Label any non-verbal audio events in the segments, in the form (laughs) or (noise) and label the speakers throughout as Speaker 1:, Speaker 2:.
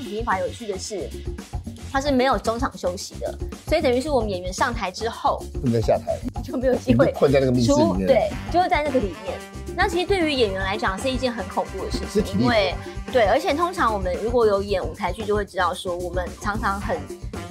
Speaker 1: 体兵法有趣的是，它是没有中场休息的，所以等于是我们演员上台之后
Speaker 2: 不能下台，
Speaker 1: 就没有机
Speaker 2: 你
Speaker 1: 会
Speaker 2: 被困在那个密室里
Speaker 1: 出，
Speaker 2: 面。，
Speaker 1: 对，就是在那个里面。那其实对于演员来讲是一件很恐怖的事
Speaker 2: 是
Speaker 1: 情，
Speaker 2: 体力
Speaker 1: 因为对，而且通常我们如果有演舞台剧，就会知道说我们常常很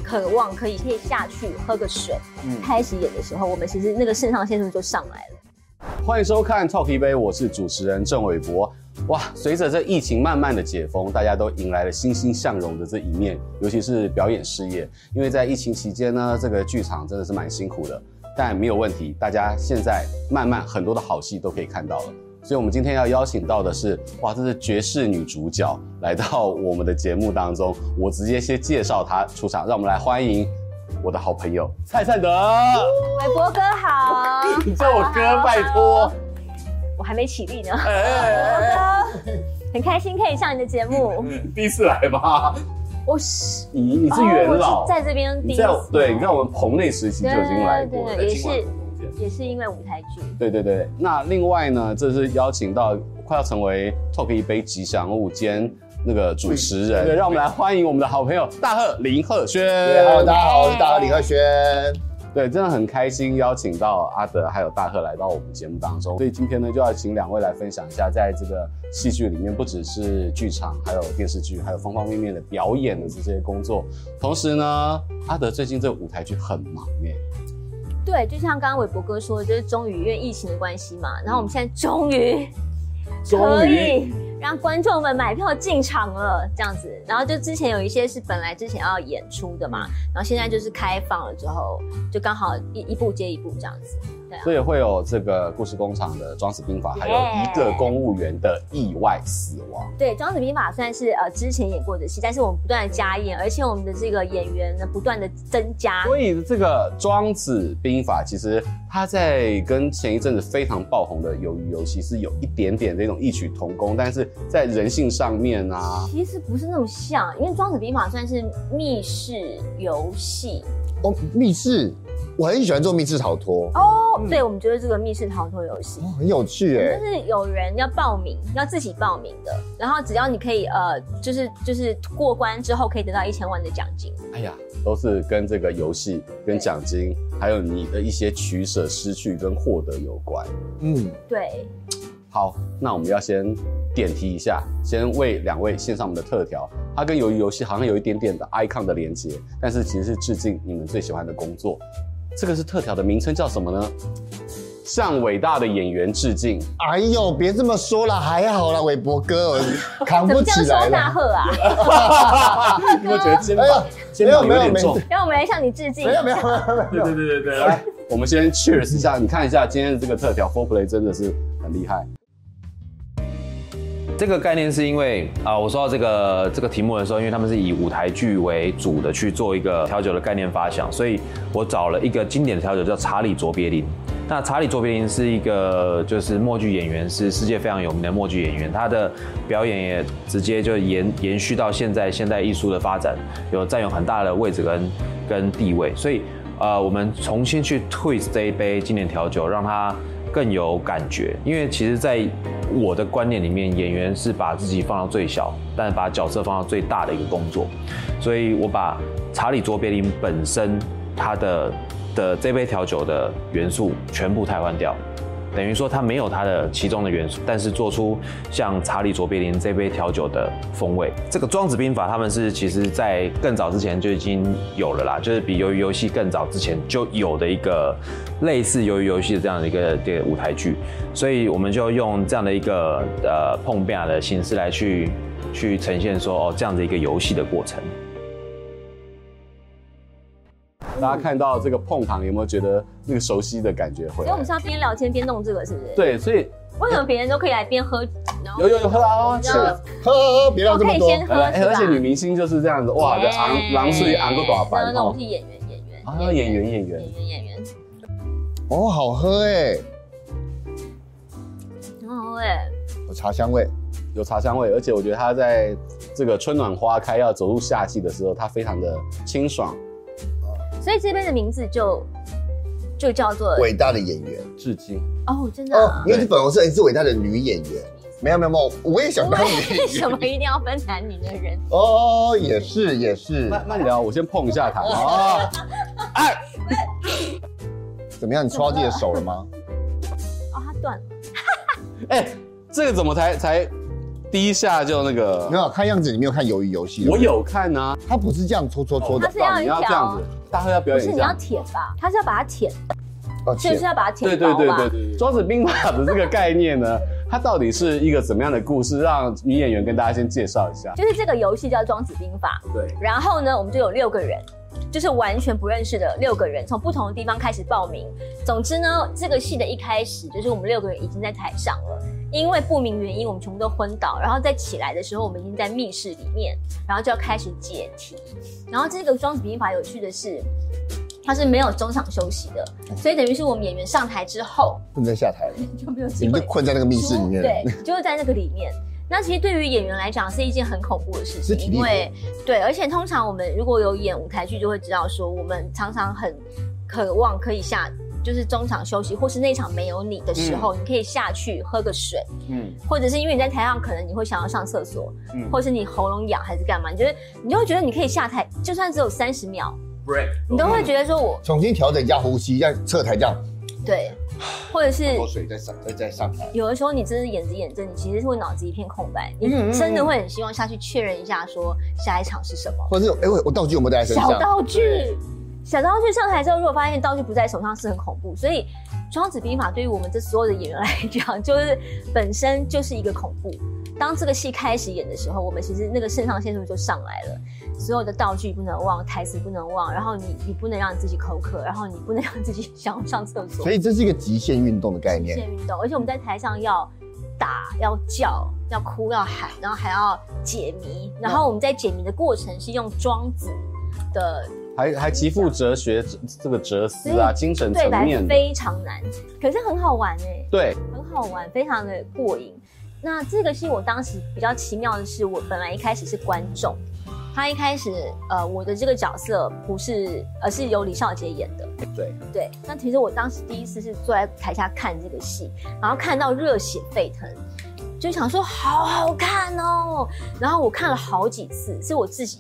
Speaker 1: 渴望可以可以下去喝个水。
Speaker 3: 嗯，
Speaker 1: 开始演的时候，我们其实那个肾上腺素就上来了。
Speaker 3: 欢迎收看《Talk 一杯》，我是主持人郑伟博。哇，随着这疫情慢慢的解封，大家都迎来了欣欣向荣的这一面，尤其是表演事业。因为在疫情期间呢，这个剧场真的是蛮辛苦的，但没有问题，大家现在慢慢很多的好戏都可以看到了。所以，我们今天要邀请到的是，哇，这是绝世女主角来到我们的节目当中，我直接先介绍她出场，让我们来欢迎我的好朋友蔡灿德。
Speaker 1: 韦博哥好，
Speaker 3: 你叫我哥，拜托。
Speaker 1: 我还没起立呢。
Speaker 3: 哎哎哎
Speaker 1: 很开心可以上你的节目，
Speaker 3: 嗯， (laughs) 第一次来吧？
Speaker 1: 我是
Speaker 3: 你你是元
Speaker 1: 哦我
Speaker 3: 老，
Speaker 1: 是在这边第
Speaker 3: 你
Speaker 1: 一
Speaker 3: 在
Speaker 1: 次，
Speaker 3: 对，你在我们棚内时期就已经来过
Speaker 1: 对对
Speaker 3: 了，
Speaker 1: 对
Speaker 3: 在今晚
Speaker 1: 也是
Speaker 3: 活动间
Speaker 1: 也是因为舞台剧，
Speaker 3: 对对对。那另外呢，这是邀请到快要成为 Talk 一杯吉祥物兼那个主持人，
Speaker 2: 嗯
Speaker 3: 对，让我们来欢迎我们的好朋友大贺林鹤轩。
Speaker 2: 对，Hello，大家好，我是大河李鹤轩。
Speaker 3: 对，真的很开心邀请到阿德还有大贺来到我们节目当中，所以今天呢就要请两位来分享一下，在这个戏剧里面，不只是剧场，还有电视剧，还有方方面面的表演的这些工作。同时呢，阿德最近这个舞台剧很忙耶，
Speaker 1: 对，就像刚刚韦博哥说的，就是终于因为疫情的关系
Speaker 3: 嗯
Speaker 1: 嘛，然后我们现在终于 (laughs) 可以让观众们买票进场了，这样子。然后就之前有一些是本来之前要演出的嘛，然后现在就是开放了之后，就刚好一一步接一步这样子。
Speaker 3: 所以会有这个故事工厂的《庄子兵法》，还有一个公务员的意外死亡。
Speaker 1: 对，《庄子兵法》虽然是呃之前演过的戏，但是我们不断的加演，而且我们的这个演员呢不断的增加。
Speaker 3: 所以这个《庄子兵法》其实它在跟前一阵子非常爆红的《鱿鱼游戏》是有一点点这种异曲同工，但是在人性上面啊，
Speaker 1: 其实不是那么像，因为《庄子兵法》算是密室游戏
Speaker 2: 哦，密室，我很喜欢做密室逃脱，
Speaker 1: 哦，对，我们觉得这个密室逃脱游戏。
Speaker 2: 哦很有趣哎
Speaker 1: 就。是有人要报名，要自己报名的，然后只要你可以呃，就是就是过关之后可以得到一千万的奖金。
Speaker 3: 哎呀，都是跟这个游戏、跟奖金，还有你的一些取舍、失去跟获得有关。
Speaker 2: 嗯，
Speaker 1: 对，
Speaker 3: 好，那我们要先点题一下，先为两位献上我们的特调。它跟鱿鱼游戏好像有一点点的 icon 的连接，但是其实是致敬你们最喜欢的工作。这个是特调的名称叫什么呢？向伟大的演员致敬。
Speaker 2: 哎呦，别这么说啦，还好啦，韦伯哥，
Speaker 1: (laughs)
Speaker 2: 我扛
Speaker 1: 怎
Speaker 2: 不
Speaker 1: 么这
Speaker 2: 起
Speaker 1: 样
Speaker 2: 来
Speaker 1: 说大
Speaker 2: 了。
Speaker 1: 贺啊？
Speaker 3: 你有没有觉得肩膀、
Speaker 2: 哎呀
Speaker 3: 肩膀有
Speaker 2: 没有
Speaker 3: 点
Speaker 2: 没有
Speaker 3: 重？
Speaker 1: 让我们来向你致敬。
Speaker 2: 哎没有没有没有没有没有，
Speaker 3: 对对对，来，我们先 cheers 一下，你看一下今天的这个特调 four play 真的是很厉害。
Speaker 4: 这个概念是因为啊、我说到这个这个题目的时候，因为他们是以舞台剧为主的去做一个调酒的概念发想，所以我找了一个经典的调酒叫查理卓别林。那查理卓别林是一个就是默剧演员，是世界非常有名的默剧演员，他的表演也直接就延延续到现在现代艺术的发展，有占有很大的位置跟跟地位，所以呃，我们重新去 twist 这一杯经典调酒，让它更有感觉。因为其实，在我的观念里面，演员是把自己放到最小，但把角色放到最大的一个工作。所以我把查理卓别林本身他的的这杯调酒的元素全部替换掉。等于说它没有它的其中的元素，但是做出像查理卓别林这杯调酒的风味。这个庄子兵法他们是其实在更早之前就已经有了啦，就是比鱿鱼游戏更早之前就有的一个类似鱿鱼游戏的这样的一个呃这个舞台剧，所以我们就用这样的一个呃碰壁的形式来去去呈现说哦这样的一个游戏的过程。
Speaker 3: 大家看到这个碰糖有没有觉得那个熟悉的感觉回
Speaker 1: 所以我们
Speaker 3: 来？
Speaker 1: 是要边聊天边弄这个，是不是？。
Speaker 3: 对，所以
Speaker 1: 为什么别人都可以来边喝？然后
Speaker 3: 有有有喝啊，
Speaker 1: 然后 (laughs)
Speaker 2: 喝喝喝，别聊
Speaker 1: 我
Speaker 2: 这
Speaker 1: 可
Speaker 2: 么
Speaker 1: 以
Speaker 2: 多。
Speaker 1: 先喝，
Speaker 3: 哎
Speaker 1: 是吧
Speaker 3: 而且女明星就是这样子，哇，
Speaker 1: 耶
Speaker 3: 昂昂睡昂个短
Speaker 1: 那
Speaker 3: 板
Speaker 1: 那我
Speaker 3: 哦
Speaker 1: 们是，演员，演员，
Speaker 3: 啊，演员演员
Speaker 1: 演，员，演员。
Speaker 2: 哦，好喝哎，
Speaker 1: 很好哎，
Speaker 2: 有茶香味。
Speaker 3: 有茶香味，而且我觉得它在这个春暖花开要走入夏季的时候，它非常的清爽，
Speaker 1: 所以这边的名字就就叫做
Speaker 2: 伟大的演员
Speaker 3: 至今。
Speaker 1: 哦，真的啊
Speaker 2: 哦，因为是粉红色，你是伟大的女演员。没有没有没有，我也想
Speaker 1: (laughs)
Speaker 2: 当你。
Speaker 1: 为什么一定要分男女的人？
Speaker 2: 哦，也是也是，
Speaker 3: 慢慢聊，我先碰一下他。
Speaker 2: 哦，哎， (laughs) 怎么样？你戳到自己的手了吗？
Speaker 1: 哦，他断了，
Speaker 3: 哎、这个怎么才才第一下就那
Speaker 2: 没
Speaker 3: 个？
Speaker 2: 有，啊看样子你没有看《鱿鱼游戏》。
Speaker 3: 我，有看啊，
Speaker 2: 他不是这样戳戳戳
Speaker 1: 他
Speaker 2: 的
Speaker 1: 哦是，要
Speaker 3: 你要这样子，大家要表
Speaker 1: 不
Speaker 3: 演
Speaker 1: 是
Speaker 3: 一
Speaker 1: 你要
Speaker 3: 下。
Speaker 1: 舔吧？他是要把它舔，
Speaker 2: 抱
Speaker 1: 所以
Speaker 2: 歉
Speaker 1: 是。要把它
Speaker 3: 对
Speaker 1: 舔
Speaker 3: 对
Speaker 1: 薄
Speaker 3: 对
Speaker 1: 吧？
Speaker 3: 对对，装子兵法的这个概念呢，它到底是一个怎么样的故事？让女演员跟大家先介绍一下。
Speaker 1: 就是这个游戏叫《庄子兵法》，
Speaker 3: 对，
Speaker 1: 然后呢，我们就有六个人，就是完全不认识的六个人，从不同的地方开始报名。总之呢，这个戏的一开始，就是我们六个人已经在台上了，因为不明原因，我们全部都昏倒，然后再起来的时候，我们已经在密室里面，然后就要开始解题。然后这个庄子兵法有趣的是，它是没有中场休息的，所以等于是我们演员上台之后
Speaker 2: 不能再下台了，
Speaker 1: 就没有机
Speaker 2: 你们
Speaker 1: 会
Speaker 2: 就困在那个密室里面了。
Speaker 1: 对，就是在那个里面。那其实对于演员来讲是一件很恐怖的事
Speaker 2: 是
Speaker 1: 情，
Speaker 2: 体力
Speaker 1: 因为对，而且通常我们如果有演舞台剧，就会知道说我们常常很渴望可以下，就是中场休息，或是那场没有你的时
Speaker 2: 嗯
Speaker 1: 候，你可以下去喝个水，
Speaker 3: 嗯，
Speaker 1: 或者是因为你在台上可能你会想要上厕所，
Speaker 3: 嗯
Speaker 1: 或是你喉咙痒还是干嘛，你觉得你就会觉得你可以下台，就算只有三十秒，你都
Speaker 2: 嗯
Speaker 1: 会觉得说我
Speaker 2: 重新调整一下呼吸，要侧台这样，
Speaker 1: 对，或者是
Speaker 2: 喝水再上再再上台。
Speaker 1: 有的时候你真的演着演着，你其实是会脑子一片空白，你真的会很希望下去确认一下，说下一场是什么。
Speaker 2: 或者是哎，我我道具有没有带在身
Speaker 1: 小
Speaker 2: 上？
Speaker 1: 道具，小道具上台之后，如果发现道具不在手上是很恐怖，所以《庄子兵法》对于我们这所有的演员来讲，就是本身就是一个恐怖。当这个戏开始演的时候，我们其实那个肾上腺素就上来了，所有的道具不能忘，台词不能忘，然后你你不能让你自己口渴，然后你不能让自己想要上厕所
Speaker 2: 所。以这是一个极限运动的概
Speaker 1: 极
Speaker 2: 念。
Speaker 1: 限运动，而且我们在台上要打、要叫、要哭、要喊，然后还要解谜。然
Speaker 3: 嗯
Speaker 1: 后我们在解谜的过程是用庄子的
Speaker 3: 还还极富哲学这个哲思啊，精神
Speaker 1: 对
Speaker 3: 层
Speaker 1: 白，
Speaker 3: 面的。
Speaker 1: 非常难，可是很好玩哎、
Speaker 3: 对，
Speaker 1: 很好玩，非常的过瘾。那这个戏我当时比较奇妙的是，我本来一开始是观众，他一开始呃我的这个角色不是呃是由李少杰演的，
Speaker 3: 对
Speaker 1: 对。那其实我当时第一次是坐在台下看这个戏，然后看到热血沸腾，就想说好好看哦。然后我看了好几次，是我自己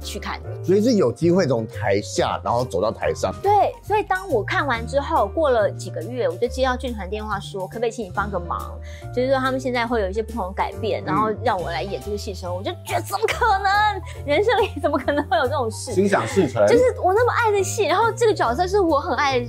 Speaker 1: 去看的。
Speaker 2: 所以是有机会从台下，然后走到台上。
Speaker 1: 对，所以当我看完之后，过了几个月，我就接到剧团电话说，可不可以请你帮个忙？就是说他们现在会有一些不同的改变，然后
Speaker 2: 嗯
Speaker 1: 让我来演这个戏的时候，我就觉得怎么可能？人生里怎么可能会有这种事？
Speaker 3: 心想事成。
Speaker 1: 就是我那么爱的戏，然后这个角色是我很爱的，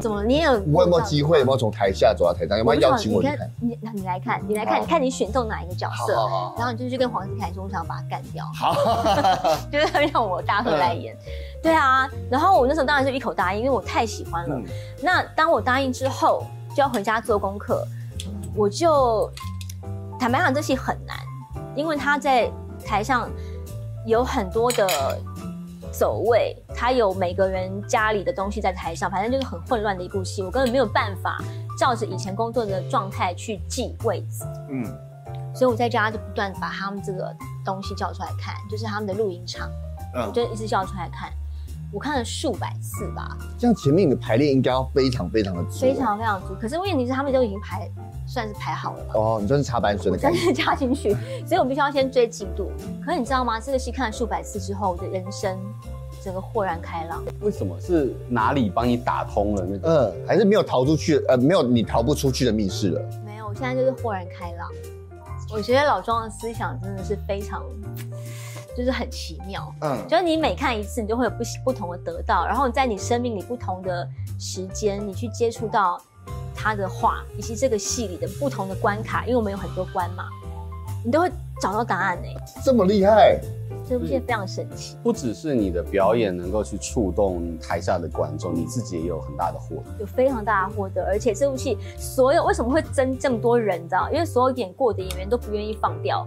Speaker 1: 怎么了你也有
Speaker 2: 我有没有机会？有没有从台下走到台上？有没有邀请我去
Speaker 1: 你
Speaker 2: 看？
Speaker 1: 你你来看，你来看，
Speaker 2: 好
Speaker 1: 你看你选中哪一个角色？
Speaker 2: 好
Speaker 1: 然后你就去跟黄子凯说，我想要把他干掉。
Speaker 2: 好，
Speaker 1: 就是让我大贺来演。对啊，然后我那时候当然是一口答应，因为我太喜欢了。
Speaker 3: 嗯
Speaker 1: 那当我答应之后，就要回家做功课，我就坦白讲，这戏很难，因为他在台上有很多的。走位，他有每个人家里的东西在台上，反正就是很混乱的一部戏，我根本没有办法照着以前工作的状态去记位置。
Speaker 3: 嗯，
Speaker 1: 所以我在家就不断地把他们这个东西叫出来看，就是他们的录音场，
Speaker 2: 嗯
Speaker 1: 我就一直叫出来看。我看了数百次吧，
Speaker 2: 这样前面你的排练应该要非常非常的足。
Speaker 1: 非常非常足。可是问题是他们都已经排，算是排好了 (laughs) 吧，
Speaker 2: 哦，你算是插班生
Speaker 1: 我
Speaker 2: 的感
Speaker 1: 真
Speaker 2: 觉。
Speaker 1: 是加进去，所以我必须要先追进度。可是你知道吗？这个戏看了数百次之后，我的人生整个豁然开朗。
Speaker 3: 为什么是哪里帮你打通了那个？
Speaker 2: 嗯，还是没有逃出去，呃，没有你逃不出去的密室了。
Speaker 1: 没有，我现在就是豁然开朗。我觉得老庄的思想真的是非常，就是很奇妙。
Speaker 2: 嗯，
Speaker 1: 就是你每看一次，你就会有不不同的得到，然后你在你生命里不同的时间，你去接触到他的话，以及这个戏里的不同的关卡，因为我们有很多关嘛，你都会找到答案哎、
Speaker 2: 这么厉害，
Speaker 1: 这部戏非常神奇。
Speaker 3: 不只是你的表演能够去触动台下的观众，你自己也有很大的获益。
Speaker 1: 有非常大的获得，而且这部戏所有为什么会增这么多人，你知道？因为所有演过的演员都不愿意放掉，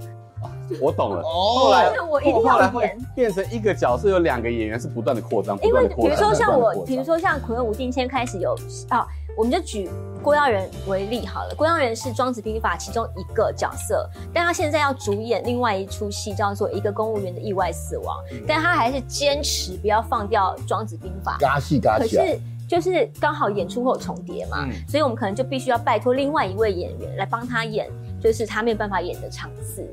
Speaker 3: 我懂了。
Speaker 2: 哦
Speaker 3: 后来
Speaker 1: (laughs) 我一定要
Speaker 3: 后来会
Speaker 1: 演
Speaker 3: 变成一个角色有两个演员，是不断的扩张，不
Speaker 1: 因
Speaker 3: 断
Speaker 1: 为
Speaker 3: 的
Speaker 1: 比
Speaker 3: 扩
Speaker 1: 如
Speaker 3: 张。
Speaker 1: 说像
Speaker 3: 不断地扩
Speaker 1: 我，
Speaker 3: 张
Speaker 1: 比如说像葵武定先开始有啊，我们就举郭耀仁为例好了。郭耀仁是《庄子兵法》其中一个角色，但他现在要主演另外一出戏，叫做《一个公务员的意外死亡》，
Speaker 3: 嗯
Speaker 1: 但他还是坚持不要放掉《庄子兵法》。
Speaker 2: 嘎戏啊嘎
Speaker 1: 可
Speaker 2: 起来，
Speaker 1: 是就是
Speaker 2: 嗯
Speaker 1: 刚好演出会有重叠嘛，所以我们可能就必须要拜托另外一位演员来帮他演就是他没有办法演的场次，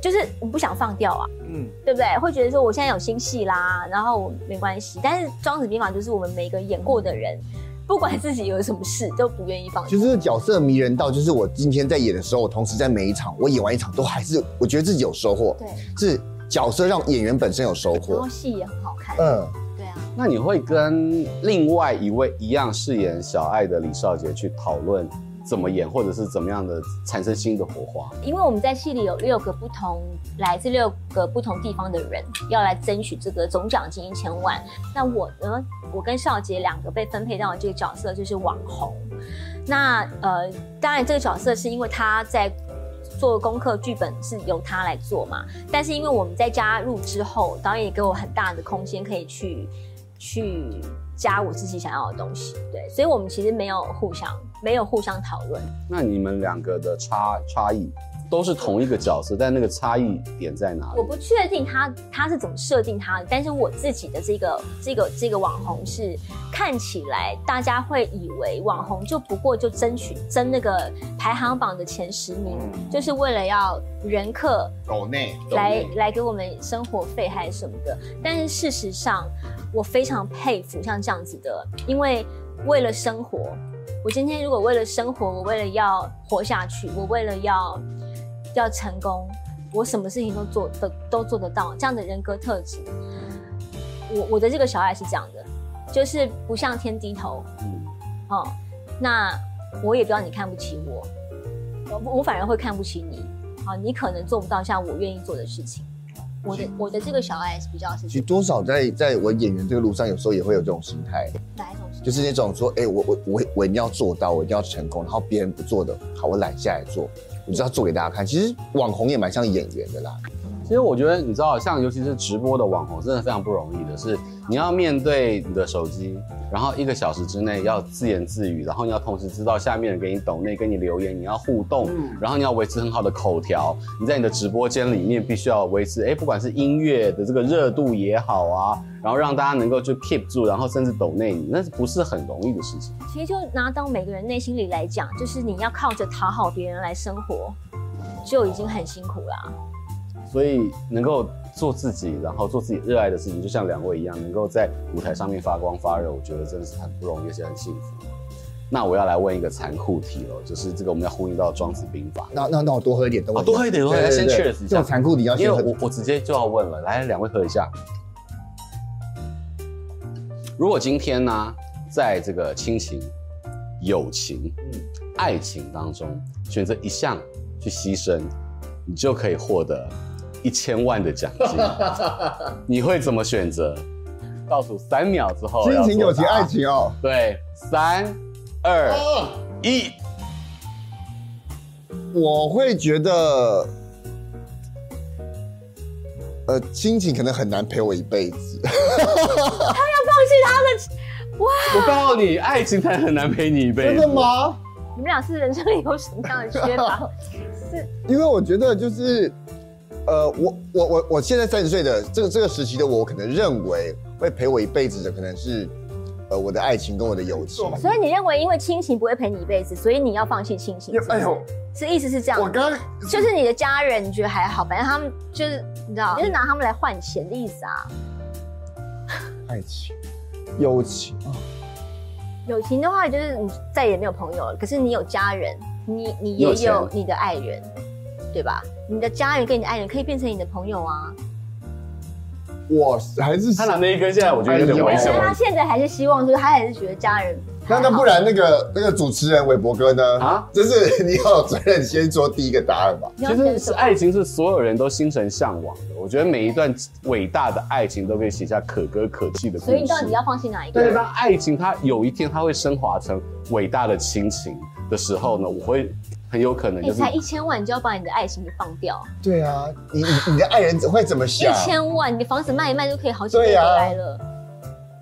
Speaker 1: 就是我不想放掉啊，
Speaker 2: 嗯，
Speaker 1: 对不对？会觉得说我现在有新戏啦，然后我没关系。但是《庄子兵法》就是我们每个演过的人，不管自己有什么事，都不愿意放
Speaker 2: 就
Speaker 1: 掉。
Speaker 2: 是角色迷人到，就是我今天在演的时候，我同时在每一场，我演完一场都还是我觉得自己有收获，
Speaker 1: 对，
Speaker 2: 是角色让演员本身有收
Speaker 1: 然
Speaker 2: 获
Speaker 1: 后。戏也很好看。
Speaker 2: 嗯，
Speaker 1: 对啊，
Speaker 3: 那你会跟另外一位一样饰演小爱的李少杰去讨论怎么演，或者是怎么样的产生新的火花？
Speaker 1: 因为我们在戏里有六个不同，来自六个不同地方的人，要来争取这个总奖金一千万。那我呢，我跟少杰两个被分配到的这个角色就是网红。那呃，当然这个角色是因为他在做功课，剧本是由他来做嘛。但是因为我们在加入之后，导演也给我很大的空间可以去去加我自己想要的东西，对，所以我们其实没有互相没有互相讨论。
Speaker 3: 那你们两个的差差异都是同一个角色，但那个差异点在哪
Speaker 1: 我
Speaker 3: 里？
Speaker 1: 不确定他他是怎么设定他的，但是我自己的这个这个这个网红是看起来大家会以为网红就不过就争取争那个排行榜的前十名，就是为了要人客
Speaker 2: 狗内
Speaker 1: 来来给我们生活费还是什么的。但是事实上，我非常佩服像这样子的，因为为了生活，我今天如果为了生活，我为了要活下去，我为了要要成功，我什么事情都做的都做得到，这样的人格特质，我我的这个小爱是这样的，就是不向天低头，
Speaker 3: 嗯
Speaker 1: 哦，那我也不要你看不起我，我我反而会看不起你。啊，你可能做不到像我愿意做的事情。我的我的这个小爱是比较是
Speaker 2: 其实多少在在我演员这个路上，有时候也会有这种心态，
Speaker 1: 哪一种事？
Speaker 2: 就是那种说，哎、我我我我一定要做到，我一定要成功，然后别人不做的，好，我揽下来做，我就要做给大家看。其实网红也蛮像演员的啦，
Speaker 3: 其实我觉得，你知道，像尤其是直播的网红，真的非常不容易的是，你要面对你的手机，然后一个小时之内要自言自语，然后你要同时知道下面人给你抖内跟你留言，你要互动，然后你要维持很好的口条，你在你的直播间里面必须要维持，哎，不管是音乐的这个热度也好啊，然后让大家能够就 keep 住，然后甚至抖内你，那是不是很容易的事情？
Speaker 1: 其实就拿到每个人内心里来讲，就是你要靠着讨好别人来生活，就已经很辛苦啦。
Speaker 3: 所以能够做自己，然后做自己热爱的事情，就像两位一样，能够在舞台上面发光发热，我觉得真的是很不容易，而且很幸福。那我要来问一个残酷题了，就是这个我们要呼应到《庄子兵法
Speaker 2: 那那那我多喝一点，等》我、
Speaker 3: 啊，多喝一点，多喝一点，
Speaker 2: 对
Speaker 3: 先
Speaker 2: 对
Speaker 3: cheers
Speaker 2: 对
Speaker 3: 一下。
Speaker 2: 这种残酷你要
Speaker 3: 因
Speaker 2: 先喝
Speaker 3: 为。我我直接就要问了，来，两位喝一下。如果今天呢、在这个亲情、友情、
Speaker 2: 嗯
Speaker 3: 爱情当中选择一项去牺牲，你就可以获得一千万的奖
Speaker 2: (laughs)
Speaker 3: 金。你会怎么选择？倒数三秒之后，
Speaker 2: 亲情、
Speaker 3: 要
Speaker 2: 友
Speaker 3: 作
Speaker 2: 情、哦
Speaker 3: 答
Speaker 2: 爱，情哦，
Speaker 3: 对，三、二、一。
Speaker 2: 我会觉得，呃，亲情可能很难陪我一辈子。
Speaker 3: 哎
Speaker 1: 放弃他的， (laughs)
Speaker 3: 我告诉你，爱情才很难陪你一辈子。？
Speaker 2: 吗？
Speaker 1: 你们俩是人生里有什么样的缺乏？是
Speaker 2: 因为我觉得就是，呃，我我我我现在三十岁的这个这个时期的我，我可能认为会陪我一辈子的可能是，呃，我的爱情跟我的友情。
Speaker 1: 所以你认为因为亲情不会陪你一辈子，所以你要放弃亲情？
Speaker 2: 哎呦，
Speaker 1: 是意思是这样
Speaker 2: 我
Speaker 1: 吗？
Speaker 2: 刚
Speaker 1: 就是你的家人，你觉得还好，反正他们就是你知道，就是拿他们来换钱的意思啊。
Speaker 2: 爱情、友情啊，
Speaker 1: 友情的话，就是你再也没有朋友了，可是你有家人，你你
Speaker 3: 你有
Speaker 1: 也
Speaker 3: 钱
Speaker 1: 有你的爱人，对吧？你的家人跟你的爱人可以变成你的朋友啊。
Speaker 2: 我还是
Speaker 3: 他拿那一根，现在我觉得有点
Speaker 2: 为
Speaker 3: 危
Speaker 2: 什
Speaker 3: 险
Speaker 2: 么
Speaker 1: 所以
Speaker 3: 了
Speaker 1: 他。现在还是希望，就是他还是觉得家人还
Speaker 2: 那
Speaker 1: 好。
Speaker 2: 那不然那个那个主持人韦伯哥呢？
Speaker 3: 啊
Speaker 2: 啊，就是你要有责任先说第一个答案吧。
Speaker 1: 你要
Speaker 3: 其
Speaker 1: 选
Speaker 3: 实
Speaker 1: 什
Speaker 3: 是
Speaker 1: 么
Speaker 3: 爱情是所有人都心神向往的。我觉得每一段伟大的爱情都可以写下可歌可泣的故事。
Speaker 1: 所以你到底要放弃哪一个
Speaker 3: 但？是当爱情它有一天它会升华成伟大的亲情的时候呢，我会很有可能
Speaker 1: 你
Speaker 3: 就是
Speaker 1: 哎才一千万，你就要把你的爱情给放掉？
Speaker 2: 对啊，你你你的爱人会怎么
Speaker 1: 一
Speaker 2: 想？
Speaker 1: 千万，你的房子卖一卖就可以好几倍
Speaker 2: 对
Speaker 1: 回
Speaker 2: 啊
Speaker 1: 来了。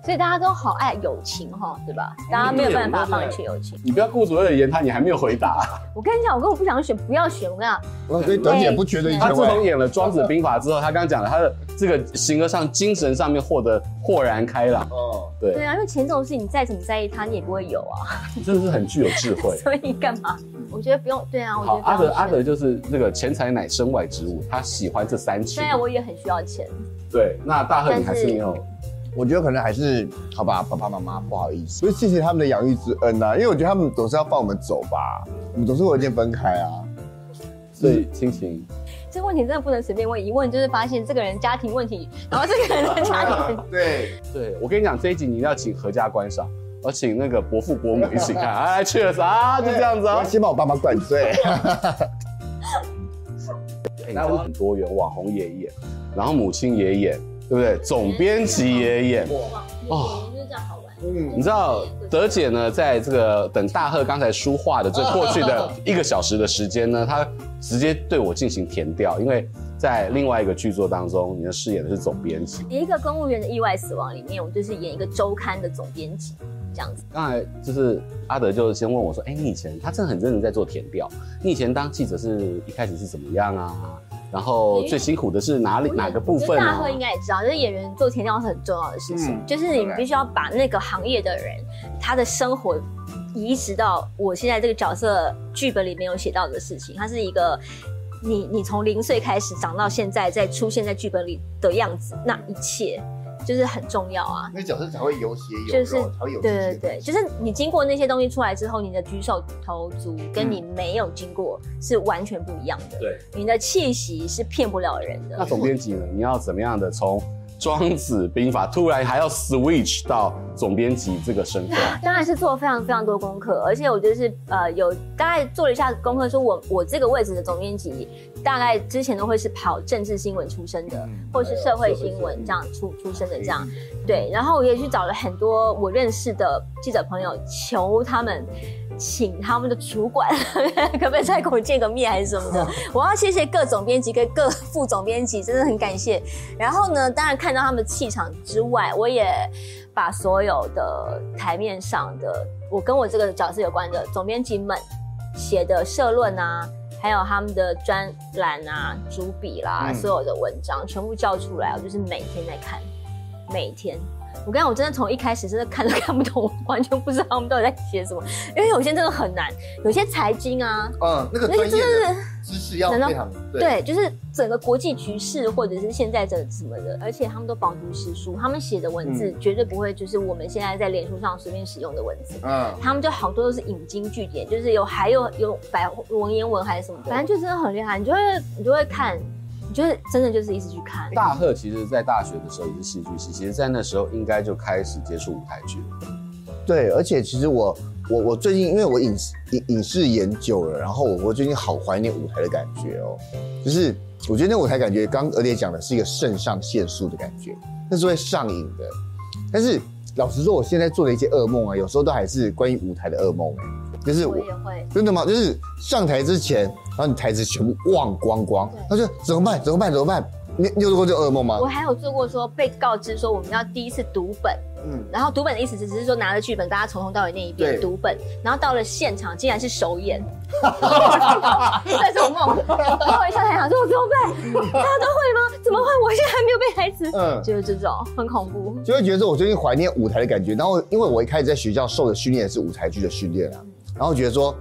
Speaker 1: 所以大家都好爱友情哈，对吧？
Speaker 3: 哎
Speaker 1: 大家没有办法放弃友情。
Speaker 3: 你不要顾左右而言他，你还没有回
Speaker 1: (laughs)
Speaker 3: 答。
Speaker 1: 我跟你讲，我根本不想选，不要选。我跟你讲，
Speaker 2: 我对啊等也不觉得一
Speaker 3: 他
Speaker 2: 千
Speaker 3: 自从
Speaker 2: 万。
Speaker 3: 演了《庄子兵法》之后，他刚刚讲了他的这个形而上、精神上面获得豁然开朗，
Speaker 2: 哦，
Speaker 1: 对
Speaker 3: 对，
Speaker 1: 啊，因为钱这种事，你再怎么在意它，你也不会有啊，。
Speaker 3: 真的是很具有智慧
Speaker 1: 所以干嘛？我觉得不用，对 (laughs) 啊，我觉
Speaker 3: 好
Speaker 1: 得，不
Speaker 3: 阿
Speaker 1: 用
Speaker 3: 德
Speaker 1: 选
Speaker 3: 阿德就是这个钱财乃身外之物，他喜欢这三尺
Speaker 1: 虽。然啊我也很需要钱，
Speaker 3: 对，那大贺你还
Speaker 1: 但
Speaker 3: 是
Speaker 1: 是
Speaker 3: 没有。
Speaker 2: 我觉得可能还是好吧，爸爸妈妈不好意思，就谢谢他们的养育之恩呐、啊因为我觉得他们总是要放我们走吧，我们总是会有一天分开啊。
Speaker 3: 所以亲情，
Speaker 1: 这问题真的不能随便问，一问就是发现这个人家庭问题，然后这个人的家
Speaker 3: (laughs)
Speaker 1: 庭问题。
Speaker 2: 对，
Speaker 3: 对我跟你讲，这一集你一定要请合家观赏，我请那个伯父伯母一起看。 (laughs) 哎，去了啥？就这样子
Speaker 2: 我
Speaker 3: 啊
Speaker 2: 要。先把我爸妈灌 (laughs) 醉。
Speaker 3: 哎你知道很多元网红也演，然后母亲也演，对不对？总编辑也演。
Speaker 1: 哦，就是这样好玩。
Speaker 2: 嗯
Speaker 3: 你，知道德姐呢，在这个等大贺刚才书画的这过去的一个小时的时间呢，她直接对我进行填调，因为在另外一个剧作当中，你的饰演的是总编辑。
Speaker 1: 一个公务员的意外死亡里面，我就是演一个周刊的总编辑，这样子。
Speaker 3: 刚才就是阿德就先问我说：“哎、你以前他真的很认真在做填调，你以前当记者是一开始是怎么样啊？然后最辛苦的是哪
Speaker 1: 哎
Speaker 3: 里哪个部分
Speaker 1: 大
Speaker 3: 啊
Speaker 1: 贺？应该也知道，就是演员做填调是很重要的事情，
Speaker 2: 嗯
Speaker 1: 就是你必须要把那个行业的人他的生活移植到我现在这个角色剧本里面有写到的事情，它是一个。你你从零岁开始长到现在，再出现在剧本里的样子，那一切就是很重要啊。
Speaker 2: 那角色才会有血
Speaker 1: 就是
Speaker 2: 才会有
Speaker 1: 对对对，就是你经过那些东西出来之后，你的举手投足跟你没有经过是完全不一样的。
Speaker 3: 对，
Speaker 1: 你的气息是骗不了人
Speaker 3: 那
Speaker 1: 的。
Speaker 3: 总编辑呢？你要怎么样的从庄子兵法突然还要 switch 到总编辑这个
Speaker 1: (laughs)
Speaker 3: 身份？
Speaker 1: 当然是做了非常非常多功课，而且我就是呃有大概做了一下功课，说我我这个位置的总编辑，大概之前都会是跑政治新闻出身的，或是嗯社会新闻嗯这样出出身的这样，对。然后我也去找了很多我认识的记者朋友，求他们。请他们的主管 (laughs) 可不可以再跟我见个面还是什么的？我要谢谢各总编辑跟各副总编辑，真的很感谢。然后呢，当然看到他们的气场之外，我也把所有的台面上的我跟我这个角色有关的总编辑们写的社论啊，还有他们的专栏啊、主笔啦，
Speaker 2: 嗯
Speaker 1: 所有的文章全部叫出来，我就是每天在看，每天。我跟你讲，我真的从一开始真的看都看不懂，我 (laughs) 完全不知道他们到底在写什么，因为有些真的很难，有些财经啊，
Speaker 2: 嗯，那个
Speaker 1: 那些
Speaker 2: 专
Speaker 1: 真
Speaker 2: 业
Speaker 1: 的是
Speaker 2: 的知识要
Speaker 1: 难道
Speaker 2: 非常
Speaker 1: 对，就是整个国际局势，或者是现在这什么的，而且他们都饱读诗书，他们写的文
Speaker 2: 嗯
Speaker 1: 字绝对不会就是我们现在在脸书上随便使用的文字。
Speaker 2: 嗯，
Speaker 1: 他们就好多都是引经据典，就是有还有有百文言文还是什么的，反正就真的很厉害。你就会你就会看，你就会真的就是一直去看。
Speaker 3: 大贺其实，在大学的时候也是戏剧系，其实，在那时候应该就开始接触舞台剧。
Speaker 2: 对，而且其实我我我最近因为我影视影影视研究了，然后我我最近好怀念舞台的感觉哦，就是我觉得那舞台感觉，刚刚而姐讲的是一个肾上腺素的感觉，那是会上瘾的。但是老实说，我现在做的一些噩梦啊，有时候都还是关于舞台的噩梦哎、就是
Speaker 1: 我
Speaker 2: 我
Speaker 1: 也会，
Speaker 2: 真的吗？就是上台之前，然后你台词全部忘光光，他说怎么办？怎么办？怎么办？你你有做过这个噩梦吗
Speaker 1: 我？还有做过说被告知说我们要第一次读本，
Speaker 2: 嗯，
Speaker 1: 然后读本的意思只是说拿着剧本，大家从头到尾念一遍
Speaker 2: 对
Speaker 1: 读本，然后到了现场竟然是首
Speaker 2: (laughs)
Speaker 1: 演，这种梦。然后我一下台想说，我怎么办？大家都会吗？怎么会？我现在还没有背台词，
Speaker 2: 嗯
Speaker 1: 就是这种很恐怖。
Speaker 2: 就会觉得说，我最近怀念舞台的感觉。然后，因为我一开始在学校受的训练也是舞台剧的训练
Speaker 3: 嗯
Speaker 2: 啊，然后觉得说，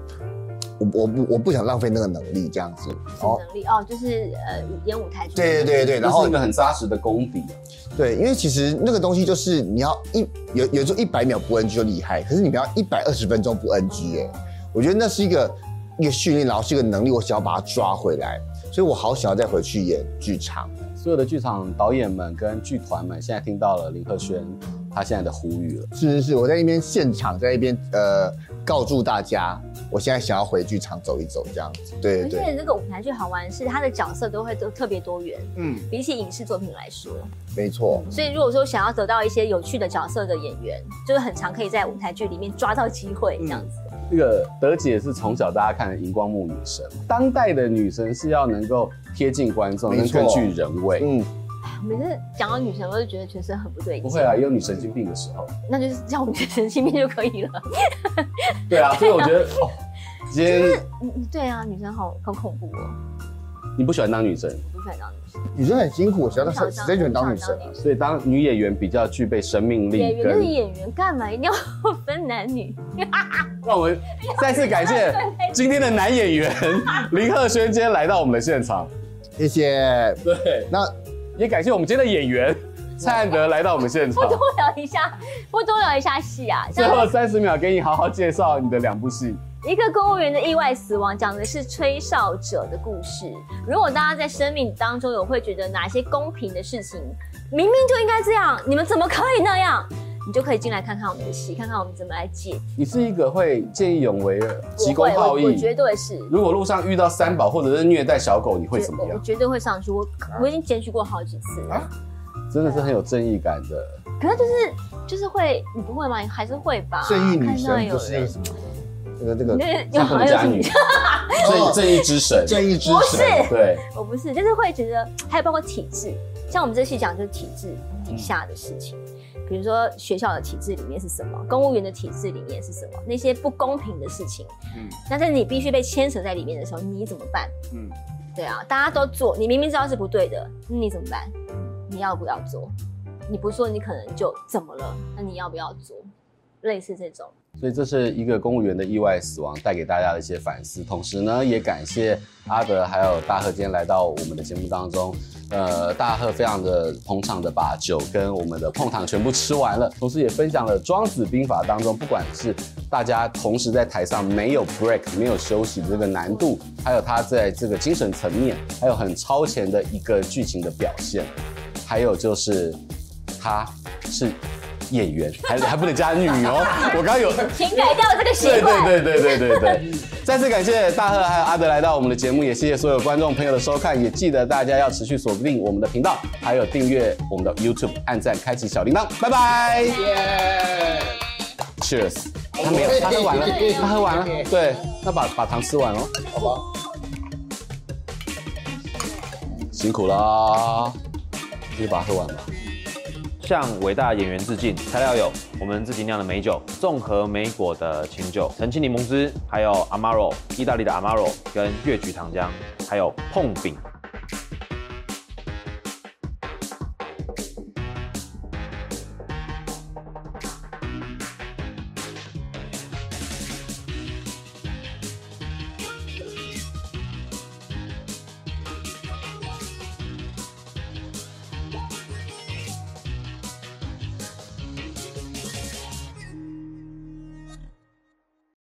Speaker 2: 我我不我不想浪费那个能力这样子。然
Speaker 1: 什
Speaker 2: 后
Speaker 1: 么，能力哦，就是呃演舞台剧。
Speaker 2: 对对对对，然
Speaker 3: 嗯那是
Speaker 2: 后
Speaker 3: 一个很扎实的功底、啊。
Speaker 2: 对，因为其实那个东西就是你要一有有时候一百秒不 NG 就厉害，可是你们要一百二十分钟不 NG 哎、我觉得那是一个一个训练，然后是一个能力，我想要把它抓回来，所以我好想要再回去演剧场。
Speaker 3: 所有的剧场导演们跟剧团们，现在听到了林鹤轩他现在的呼吁了。
Speaker 2: 是是是，我在那边现场，在那边呃告诉大家，我现在想要回剧场走一走，这样子。对
Speaker 1: 而
Speaker 2: 对
Speaker 1: 且
Speaker 2: 对，
Speaker 1: 这个舞台剧好玩是它的角色都会都特别多元，
Speaker 2: 嗯，
Speaker 1: 比起影视作品来说，
Speaker 2: 没错。
Speaker 1: 所以如果说想要得到一些有趣的角色的演员，就是很常可以在舞台剧里面抓到机会这样子。
Speaker 3: 那个德姐是从小大家看的荧光幕女神，当代的女神是要能够贴近观众，
Speaker 2: 没
Speaker 3: 能
Speaker 2: 错
Speaker 3: 更具人味。
Speaker 2: 嗯，
Speaker 1: 每次讲到女神，我就觉得全身很不对
Speaker 3: 不
Speaker 1: 劲。
Speaker 3: 会啊，也有你神经病的时候。
Speaker 1: 那就是叫我们女神经病就可以了。
Speaker 3: 对啊，所以我觉得哦，今天
Speaker 1: (laughs) 嗯，对啊，女生好好恐怖哦，
Speaker 3: 你不喜欢当女神，
Speaker 1: 我不喜欢当女生。
Speaker 2: 女生很辛苦，我想
Speaker 1: 我
Speaker 2: 当
Speaker 1: 想
Speaker 2: 谁谁喜欢当女生啊？
Speaker 3: 所以当女演员比较具备生
Speaker 1: 演
Speaker 3: 命力
Speaker 1: 员就是
Speaker 3: 跟。
Speaker 1: 演员，干嘛一定要 (laughs) 分男女？
Speaker 3: 让我们再
Speaker 1: (laughs)
Speaker 3: 次感谢今天的男演员林鹤轩今天来到我们的现场，
Speaker 2: 谢谢。
Speaker 3: 对，
Speaker 2: 那
Speaker 3: 也感谢我们今天的演员蔡汉德来到我们现场
Speaker 1: (laughs) 我。多聊一下，我多聊一下戏啊。
Speaker 3: 最
Speaker 1: 像
Speaker 3: 后三十秒给你好好介绍你的两部戏。
Speaker 1: 一个公务员的意外死亡，讲的是吹哨者的故事。如果大家在生命当中有会觉得哪些公平的事情，明明就应该这样，你们怎么可以那样？你就可以进来看看我们的戏，看看我们怎么来解决。
Speaker 3: 你是一个会见义勇为的、急
Speaker 1: 我
Speaker 3: 公
Speaker 1: 会我
Speaker 3: 好
Speaker 1: 我
Speaker 3: 义。
Speaker 1: 绝对是。
Speaker 3: 如果路上遇到三宝或者是虐待小狗，你会怎么
Speaker 1: 我我
Speaker 3: 样？
Speaker 1: 绝对会上去，我我已经检举过好几次了。
Speaker 2: 啊
Speaker 3: 真的是很有正义感的。
Speaker 1: 可是就是就是会，你不会吗？你还是会吧？
Speaker 2: 正义女
Speaker 1: 啊看到
Speaker 2: 神
Speaker 1: 有
Speaker 2: 就是那个
Speaker 1: 人，
Speaker 2: 什么，那个那个
Speaker 1: (laughs) 那
Speaker 3: 像
Speaker 1: 好
Speaker 3: 彭
Speaker 1: 像
Speaker 3: 佳
Speaker 1: 是
Speaker 3: 女
Speaker 1: 你，
Speaker 3: (laughs) 正正义
Speaker 1: (laughs)
Speaker 3: 之神。
Speaker 2: 正义之
Speaker 1: 不
Speaker 2: 神。
Speaker 1: 是，
Speaker 3: 对，
Speaker 1: 我不是，就是会觉得，还有包括体制，像我们这期讲就是体制
Speaker 3: 嗯
Speaker 1: 底下的事情，比如说学校的体制里面是什么，公务员的体制里面是什么，那些不公平的事情，
Speaker 3: 嗯
Speaker 1: 那在你必须被牵扯在里面的时候，你怎么办？
Speaker 3: 嗯，
Speaker 1: 对啊，大家都做，你明明知道是不对的，那你怎么办？
Speaker 3: 嗯
Speaker 1: 你要不要做？你不做，你可能就怎么了？那你要不要做？类似这种，
Speaker 3: 所以这是一个公务员的意外死亡带给大家的一些反思，同时呢，也感谢阿德还有大贺今天来到我们的节目当中。呃，大贺非常的捧场的把酒跟我们的碰糖全部吃完了，同时也分享了《庄子兵法》当中，不管是大家同时在台上没有 break 没有休息的这个难度，还有他在这个精神层面，还有很超前的一个剧情的表现，还有就是他是演员，还还不能加女哦，我刚刚有
Speaker 1: 请改掉这个习
Speaker 3: 对
Speaker 1: 惯。
Speaker 3: 对对对对对 (laughs) 对。再次感谢大贺还有阿德来到我们的节目，也谢谢所有观众朋友的收看，也记得大家要持续锁定我们的频道，还有订阅我们的 YouTube，按赞，开启小铃铛，拜拜。Cheers。他没有，哎他喝完了，他喝完了。对，那把把糖吃完哦。好吧。辛苦啦，你就把它喝完吧。
Speaker 4: 向伟大演员致敬。材料有我们自己酿的美酒、综合莓果的清酒、澄清柠檬汁，还有 Amaro 意大利的 Amaro 跟越橘糖浆，还有碰饼